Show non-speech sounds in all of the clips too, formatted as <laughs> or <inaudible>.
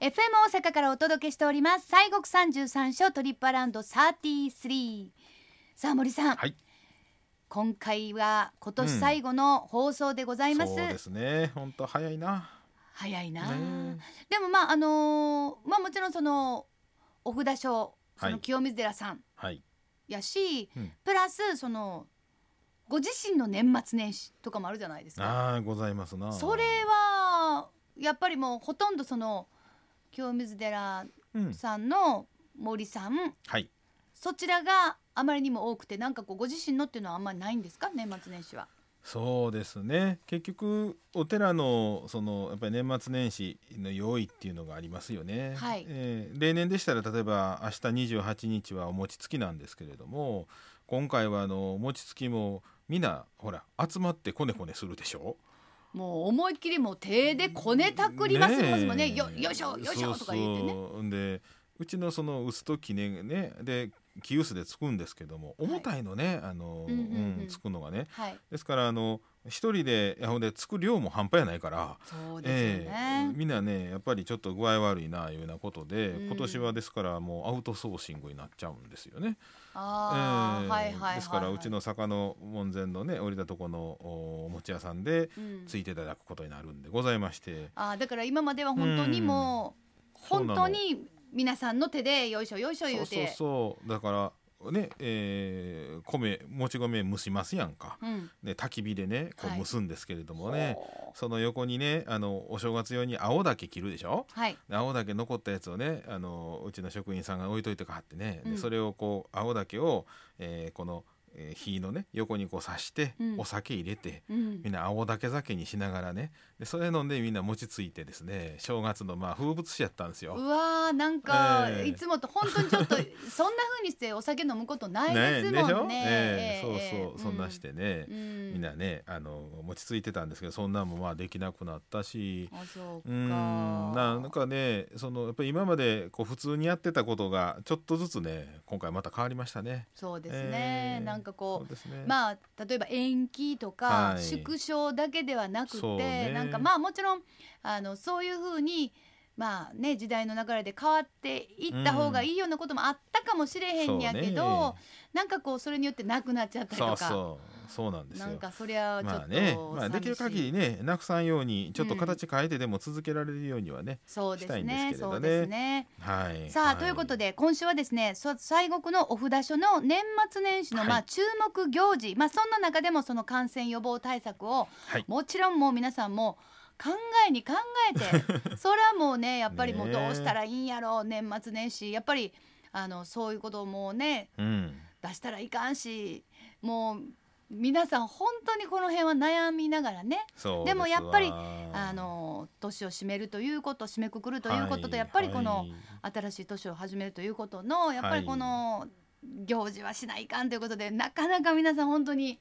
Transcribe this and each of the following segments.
FM 大阪からお届けしております西国三十三所トリップアラウンド33さあ森さん、はい今回は今年最後の放送でございます、そうですね本当早いな、早いな、ね、でもまああのーまあもちろんそのお札所そはのい清水寺さんはいやし、うんプラスそのご自身の年末年始とかもあるじゃないですかああございますなそれはやっぱりもうほとんどその清水寺うんさんの森さんはいそちらがあまりにも多くてなんかこうご自身のっていうのはあんまりないんですか年末年始は。そうですね結局お寺のそのやっぱり年末年始の用意っていうのがありますよね、はいえー例年でしたら例えば明日28日はお餅つきなんですけれども今回はあのお餅つきもみんなほら集まってこねこねするでしょもう思いっきりもう手でこねたくりますえますもんねよよいしょよいしょとか言ってねそうそうでうちのその臼と杵ねで木臼でつくんですけども重たいのね、あの、うんうんうんうんつくのがねはいですからあの一人でいやほんでつく量も半端やないから、そうですよええね、みんなねやっぱりちょっと具合悪いないうようなことで、うん今年はですからもうアウトソーシングになっちゃうんですよね。ああ、ええはいはいはいはいですからうちの坂の門前のね降りたとこのおお餅屋さんでうんついていただくことになるんでございまして。あーだから今までは本当にもうそう本なの当に皆さんの手でよいしょよいしょそ言ううそうてそうだからねえー米もち米蒸しますやんか、うんね、焚き火でねこはうい蒸すんですけれどもね、ほその横にねあのお正月用に青竹切るでしょうはいで青竹残ったやつをねあのうちの職員さんが置いといてかはってね、うんでそれをこう青竹を、えーこの、えー火のね横にこう刺して、うんお酒入れてうんみんな青竹酒にしながらねでそれ飲んでみんな餅ついてですね正月のまあ風物詩やったんですよ。うわーなんか、ええいつもと本当にちょっ <laughs> とそんな風にしてお酒飲むことないですでしもょん、ね。ええええそうそう、そんなし、てねう、ん、みんなねあの落ち着いてたんですけどそんなんもまあできなくなったしあそうか。うんなんかねそのやっぱり今までこう普通にやってたことがちょっとずつね今回また変わりましたね。そうですね、ええなんかこそうう。ですねまあ例えば延期とか、はい縮小だけではなくて、そうねなんかまあもちろんあのそういう風にまあね時代の流れで変わっていった方がいいようなこともあったかもしれへんやけど、なんかこうそれによってなくなっちゃったりそとうかそうそうなんですよ。なんかそりゃちょっとまあ寂しい、ね、まあ、できる限りねなくさんようにちょっと形変えてでも続けられるようにはね、そうですしたいんですねけれそどねうですねはい。さあ、はいということで今週はですねそ西国のお札所の年末年始の、はいまあ注目行事まあそんな中でもその感染予防対策を、はいもちろんもう皆さんも考えに考えて <laughs> それはもうねやっぱりもうねどうしたらいいんやろう年末年始やっぱりあのそういうことをもうねうん、出したらいかんしもう皆さん本当にこの辺は悩みながらねそうでもやっぱりですわあの年を締めるということ締めくくるということと、やっぱりこの、はい新しい年を始めるということのやっぱりこの行事はしないかんということで、なかなか皆さん本当に、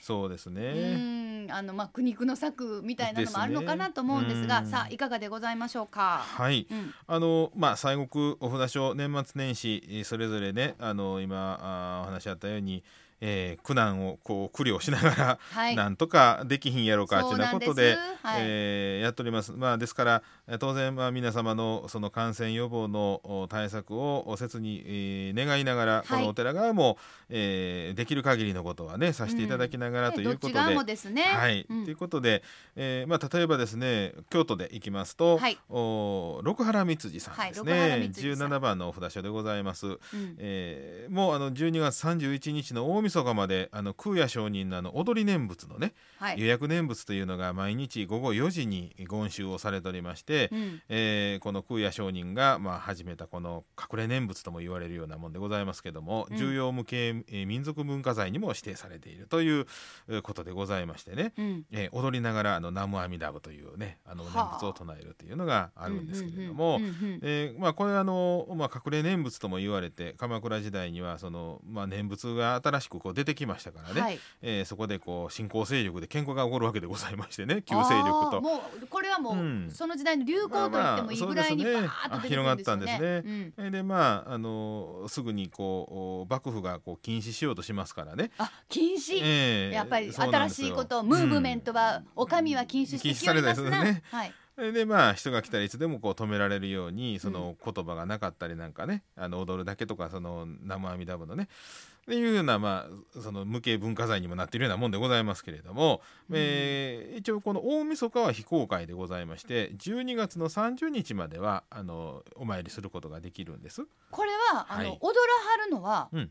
そうですね。うんあのまあ苦肉の策みたいなのもあるのかなと思うんですがですねうんさあいかがでございましょうか。はい、うんあのまあ西国お札所年末年始えーそれぞれねあの今あーお話あったように、えー苦難をこう苦慮しながら、はい、なんとかできひんやろうかってそうななこんですとで。はいえーやっております、まあ、ですからえー当然まあ皆様のその感染予防のお対策をお切に、えー願いながら、このお寺側も、えーできる限りのことはねさせていただきながらといどうっことちで、側もですね。はい、うんということで、えーまあ、例えばですね京都で行きますと、はいお六原光次さんですね、はい六原光司さん17番のお札所でございます、うんえーもうあの12月31日の大晦日まであの空也上人のあの踊り念仏のね、はい予約念仏というのが毎日午後4時に言集をされておりまして、うんえーこの空也上人が、まあ、始めたこの隠れ念仏とも言われるようなもんでございますけども、うん重要無形、えー民族文化財にも指定されているというえーことでございましてね、うんえー踊りながらあの南無阿弥陀仏というねあの念はあ仏を唱えるというのがあるんですけれども。うんうんうんうんえーまあ、これはあの、まあ、隠れ念仏とも言われて鎌倉時代にはその、まあ、念仏が新しくこう出てきましたからね、はいえーそこでこう新興勢力で喧嘩が起こるわけでございましてね旧勢力あーと。もうこれはもう、うんその時代の流行と言ってもいいぐらいにバまあーッまとあそ出うでてくるんですよすねね。広がったんですね。えーでまああのすぐにこうお幕府がこう禁止しようとしますからね。あ禁止、えーやっぱりそうな新んですしいよことをムーブメントは、お上は禁止してきております禁止されたな。りするねはい。でまあ人が来たらいつでもこう止められるようにその言葉がなかったりなんかね、あの踊るだけとかその生阿弥陀部のねっていうような、まあ、その無形文化財にもなっているようなもんでございますけれども、えー一応この大晦日は非公開でございまして12月の30日まではあのお参りすることができるんです。これはあの、はい踊らはるのは、うん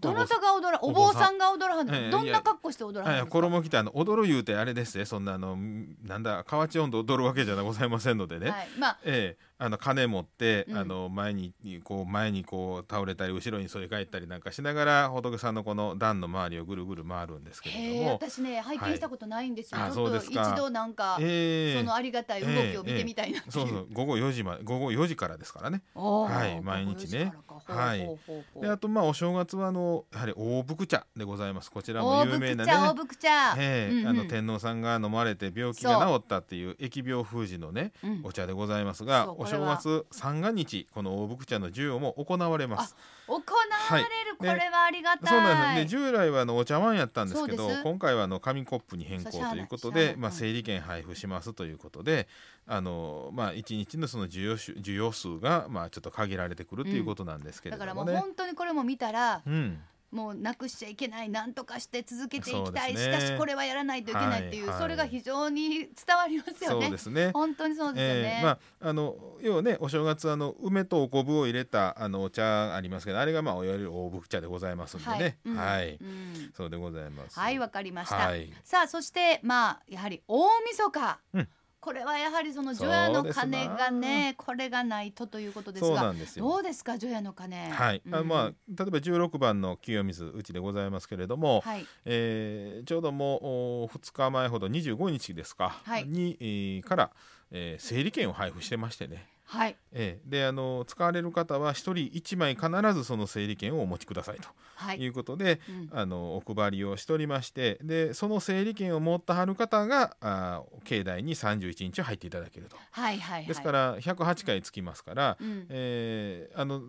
どなたが踊らおお坊坊ささんんが踊らはるの、ええどんな格好して踊らははるい、んですか、衣着てあの踊る言うてあれですねそんなあのんなんだ河内音頭踊るわけじゃございませんのでね、はいまあええ、あの金持って、うんあの前にこう前にこう倒れたり後ろに反り返ったりなんかしながら仏さんのこの段の周りをぐるぐる回るんですけれへどえも。私ね拝見したことないんですよ、はいあちょっそうとですか一度なんか、ええそのありがたい動きを見てみたいなっていそう <laughs> そう午後4時まで午後4時からですからね。おーはい毎日ねここですからかほうほうほうほうであとまあお正月はあのやはり大福茶でございます。こちらも大有名福な茶、大ね。福茶、ええうんうんあの天皇さんが飲まれて病気が治ったっていう疫病封じのねうんお茶でございますがそうおこれ正は月三が日この大福茶の授与も行われます。行われる、はいこれはありがたいそうなんですね従来はあのお茶碗やったんですけそどうです今回はあの紙コップに変更そうしゃあとないいうことしゃあなでい、まあ、うん整理券配布しますということであの、まあ、1日のその需要数需要数が、まあ、ちょっと限られてくるということなんですけれだかどらももうね。本当にこれも見たら、うんもうなくしちゃいけないなんとかして続けていきたい、そうですしねかしこれはやらないといけないっていう、はいはいそれが非常に伝わりますそようねですね。本当にそうですよね、えーまああの要はねお正月あの梅とお昆布を入れたあのお茶ありますけどあれがまあいわゆる大福茶でございますんでね。うんはい、うんそうでございます。はいわかりました、はいさあそしてまあやはり大晦日、うんこれはやはりその除夜の鐘がそうですねこれがないとということですそうながんですよ。どうですか除夜の鐘はい、あうんまあ例えば16番の清水うちでございますけれども、はいえーちょうどもうお2日前ほど25日ですか、はいに、えーから、えー整理券を配布してましてね、はいえーであの使われる方は1人1枚必ずその整理券をお持ちくださいはとい、いうことで、うんあのお配りをしておりましてでその整理券を持ったはる方があー境内に31日入っていただけると。はいはいはいですから108回つきますから、うんえーあの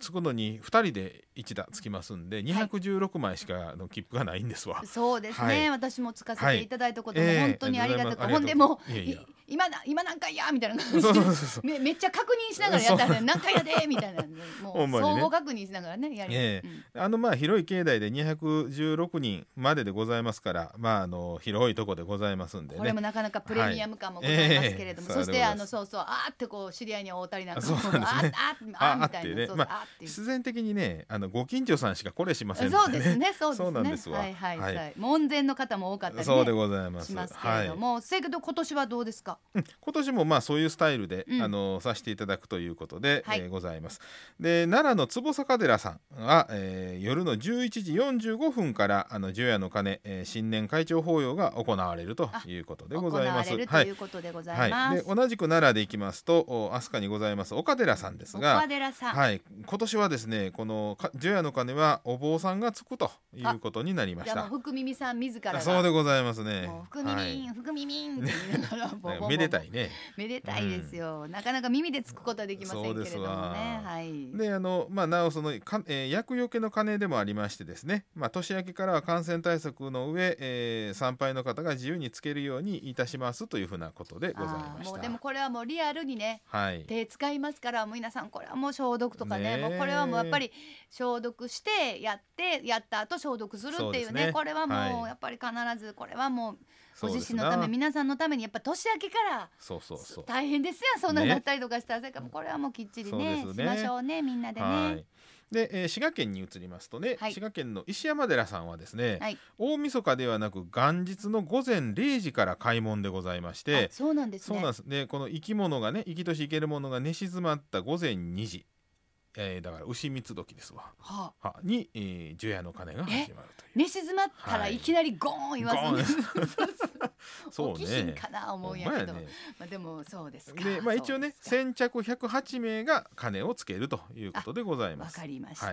つくのに2人で1打つきますんで216枚しかあの切符がないんですわ。そうですね、はい私もつかせていただいたこともはいええ本当にありがたく、ありほがとんうでもういやいやい今な今何回やみたいな <laughs> そ感うじそうそでうそ <laughs> う。めめっちゃ確認しながらやったら、ね、何回やでみたいなもほうんまにね相互確認しながらねやる、ええうんあのまあ広い境内で216人まででございますから、まああの広いとこでございますんでこれねも。なかなかプレミアム感もございますけれども、はいえそしえそうでござていあまのすそうそうあーってこう知り合いに会うたりなんかそうなんですあねーああーあーみあたっていねなそうそうまああーっていう必然的にねあのご近所さんしかこれしませんのそうでね。ですねそうですねそうなんですわはいはいはい、は門前の方も多かったり、ね、 <laughs> そうでございます。しますけれども、せけど今年はどうですか今年もまあそういうスタイルで、うんあのさせていただくということで、はいえーございます。で奈良の坪坂寺さんは、えー夜の11時45分からあの除夜の鐘、えー新年会長法要が行われるということでございます。行われるはといい。うことでございはまい。すで、同じく奈良で行きますとお飛鳥にございます岡寺さんですが岡。寺さん、はい、今年はですねこのか除夜の鐘はお坊さんがつくということになりまじしゃあもたう福耳さん自らがそうでございますねもう福耳、福耳って言いながらボはンボンい、ボン <laughs> めでたいねめでたいですよ、なかなか耳でつくことはできませんけれどもそうですねわはいであのまあ、なおそのか、えー厄除けの鐘でもありましてですね、まあ、年明けからは感染対策の上、えー参拝の方が自由につけるようにいたしますというふうなことでございあまーしもうた。でもこれはもうリアルにねはい、手使いますからもう皆さんこれはもう消毒とかねねえもうこれはもうやっぱり消毒してやってやった後消毒するそうってでいすうねねこれはもはういやっぱり必ずこれはもうそごうで自す身なのため皆さんのためにやっぱ年明けからそうそうそう。大変ですやんそんなにねなったりとかしたら、それからもうこれはもうきっちりそねうですしねましょうねみんなでね。はいで、えー滋賀県に移りますとね、はい滋賀県の石山寺さんはですね、はい大晦日ではなく元日の午前0時から開門でございましてあそうなんですそうねなんです。で、この生き物がね、生きとし生けるものが寝静まった午前2時、えー、だから牛三つ時ですわ。はあはに、えー、除夜の鐘が始まるという。寝静まったらはいいきなりゴーン言わずに、ゴーン <laughs> 起きひんかな思うんやけど、ほんままあでもそうですかやねで、まあ一応そうね、ですか先着108名が鐘をつけるということでございまわすか。りました、は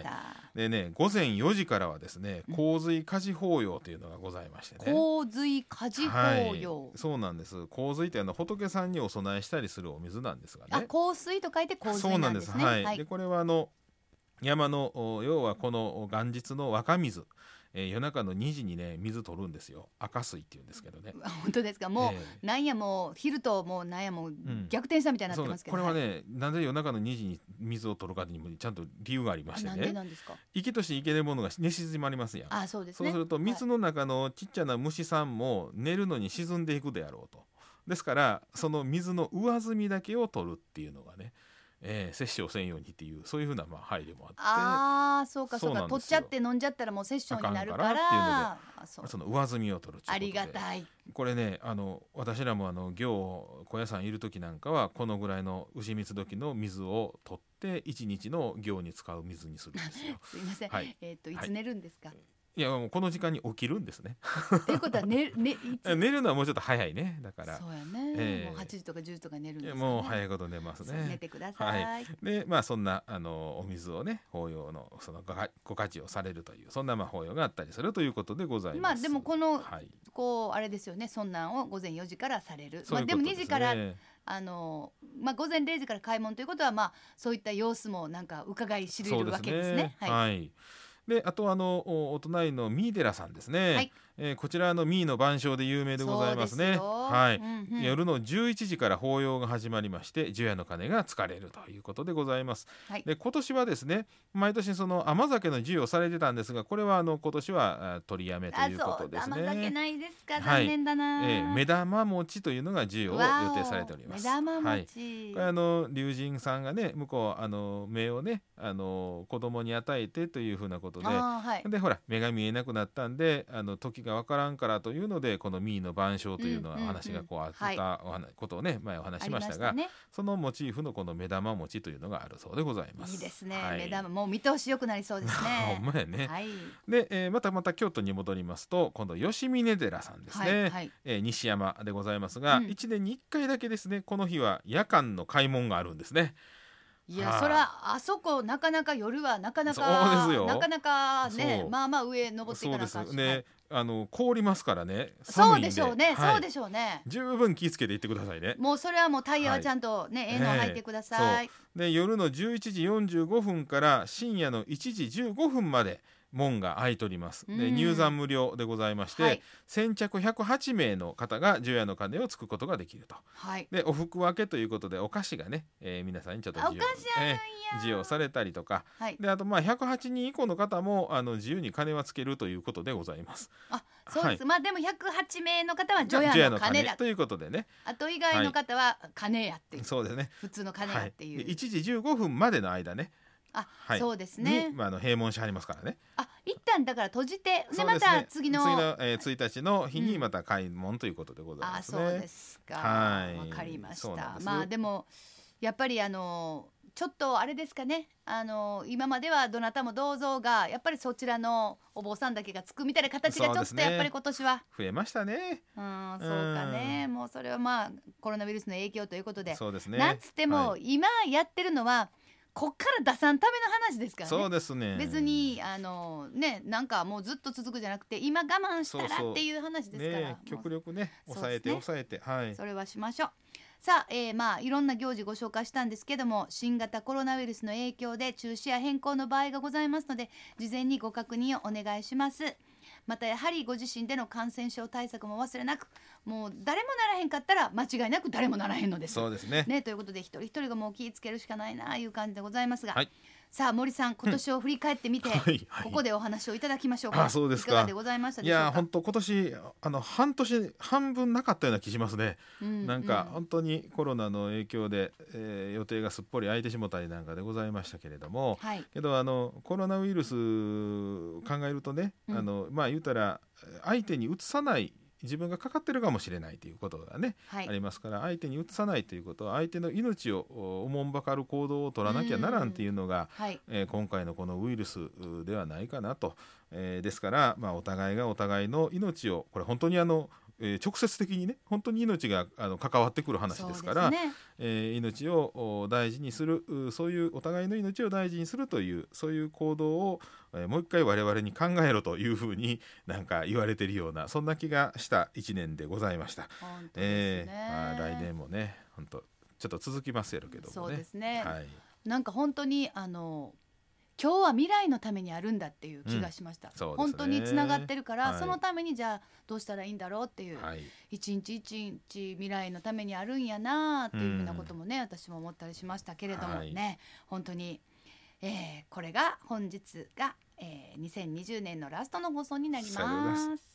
いでね、午前4時からはですね、洪水火事法要というのがございましてね。洪水火事法要、はい、そうなんです。洪水ってあの仏さんにお供えしたりするお水なんですがね。あ洪水と書いて洪そう水ななんんでですすねはい、でこれはあの山のお要はこの元日の若水、えー夜中の2時にね水取るんですよ赤水っていうんですけどね。あ本当ですかもう、えなんやもう昼ともうなんやもう逆転したみたいになっそうてなまんすけどこれはねなぜ夜中の2時に水を取るかにもちゃんと理由がありまあしてなんでねなんですか生きとし生けるものが寝静まりますやん。あそうですそうねすると水の中のちっちゃな虫さんも寝るのに沈んでいくであろうと。ですからその水の上積みだけを取るっていうのがね、えー、摂取をせんようにっていうそういうふうなまあ配慮もあっああそうかそうそうかなんですよ取っちゃって飲んじゃったらもうセッションになるからあかんからあそうてその上積みを取るってあいりうことでがたい。これねあの私らもあの行小屋さんいる時なんかはこのぐらいの牛蜜時の水を取って一日の行に使う水にするんですよすいません、はいえっ、といはつい寝るんですか、いやもうこの時間に起きるんですね。ということは寝る、ね、いつ <laughs> 寝るのはもうちょっと早いねだからそうやね、ええもう8時とか10時とか寝るんいですやかねもう早いこと寝ますそう寝ね。てください、でまあそんなあのお水をね法要のそのごかご価値をされるというそんなまあ法要があったりするということでございます。まあでもこのはい、こうあれですよねそんなんを午前4時からされるそうまいあうでこともです2時からねあのまあ午前0時から開門ということはまあそういった様子もなんか伺い知れるわけですねはい。はい、であとあのおお隣のミーデラさんですね。はいえーこちらのミーの晩鐘で有名でございますそうね。ですよはい。うんうん夜の11時から法要が始まりまして除夜の鐘が疲れるということでございます。はいで今年はですね毎年その甘酒の授与をされてたんですがこれはあの今年はあ取りやめとあいうこそとうです甘酒ね。ないですかはい残念だな、えー目玉餅というのが授与をわお予定されております。目玉はい餅、これあの龍神さんがね向こうあの目をねあの子供に与えてというふうなことであーはいでほら目が見えなくなったんであの時がわからんからというのでこのミーの晩鐘というのはうんうんうんお話がこうあっはいたお話ことをね前お話ししましたあがりねそのモチーフのこの目玉餅というのがあるそうでございます。いいですね、はい目玉もう見通し良くなりそうです <laughs> ほんねまやね、はいで、えーまたまた京都に戻りますと今度吉峰寺さんですね、はいはいえー西山でございますが、うん一1年に1回だけですねこの日は夜間の開門があるんですね。いや、はいそらあそこなかなか夜はなかなそうかですよなかなかねそうまあまあ上登っていかそうなであかんすしね、あの凍りますからねそ寒いうんででしょうね、はいそうでしょうね十分気をつけていってくださいね。もうそれはもうタイヤはちゃんとね、ええのを履いてください、で夜の11時45分から深夜の1時15分まで門が開いております。うでん入山無料でございまして、はい先着108名の方が除夜の鐘をつくことができると。はいでお服分けということでお菓子がね、えー皆さんにちょっとあお授菓与子あるんやえー授与されたりとかはいであとまあ108人以降の方もあの自由に鐘はつけるということでございます。あそうです、はまあでも108名の方は除夜の鐘だということでねあと以外の方は鐘やっていう、そうですね。普通の鐘やっていう、はい、で1時15分までの間ねあ、はいそうですねに、まあ、あの閉門しはりますからね。あ一旦だから閉じてでそうまですねた次の次の、えー、1日の日うにんまた開門ということでございあますね。そうですかはわいかりましそうなんたですまあでもやっぱりあのちょっとあれですかねあの今まではどなたも銅像がやっぱりそちらのお坊さんだけがつくみたいな形がちそょうでっすとねやっぱり今年は増えましたね。うんそうかねもうそれはまあコロナウイルスの影響ということでそうですね。なんつっても、はい今やってるのはこっから出さんための話ですからねそうですね。別にあのねなんかもうずっと続くじゃなくて今我慢したそうらそうっていう話ですからねもう極力ねそう抑えてそうで抑えてはい。それはしましょう。さあ、えーまあいろんな行事ご紹介したんですけども新型コロナウイルスの影響で中止や変更の場合がございますので事前にご確認をお願いしますまたやはりご自身での感染症対策も忘れなくもう誰もならへんかったら間違いなく誰もならへんのですそうです <laughs> ね。ね、ということで一人一人がもう気をつけるしかないなあいう感じでございますが、はいさあ森さん今年を振り返ってみて、はいはいここでお話をいただきましょうかあそうですかいかがでございましたでいしょうかや本当今年あの半年半分なかったような気しますね、うんなんかう本当にコロナの影響で、えー予定がすっぽり空いてしもたりなんかでございましたけれども、はいけどあのコロナウイルス考えるとね、うんあのまあ言うたら相手にうつさない自分がかかってるかもしれないということがね、はいありますから相手にうつさないということは相手の命をおおもんばかる行動を取らなきゃならんっていうのが、はいえー今回のこのウイルスうではないかなと、えーですから、まあ、お互いがお互いの命をこれ本当にあの、えー直接的にね本当に命があの関わってくる話ですからそうですねえー命をお大事にするうそういうお互いの命を大事にするというそういう行動を、えーもう一回我々に考えろというふうになんか言われてるようなそんな気がした一年でございました。本当ですえね、ーまあ、来年もね本当ちょっと続きますやろうけどもね。そうですねはいなんか本当にあの今日は未来のためにあるんだっていう気がしました、そうですね本当につながってるから、はいそのためにじゃあどうしたらいいんだろうっていう、はい、一日一日未来のためにあるんやなっていうふうなこともね、私も思ったりしましたけれどもね、本当に、えーこれが本日が、えー、2020年のラストの放送になりさようでます。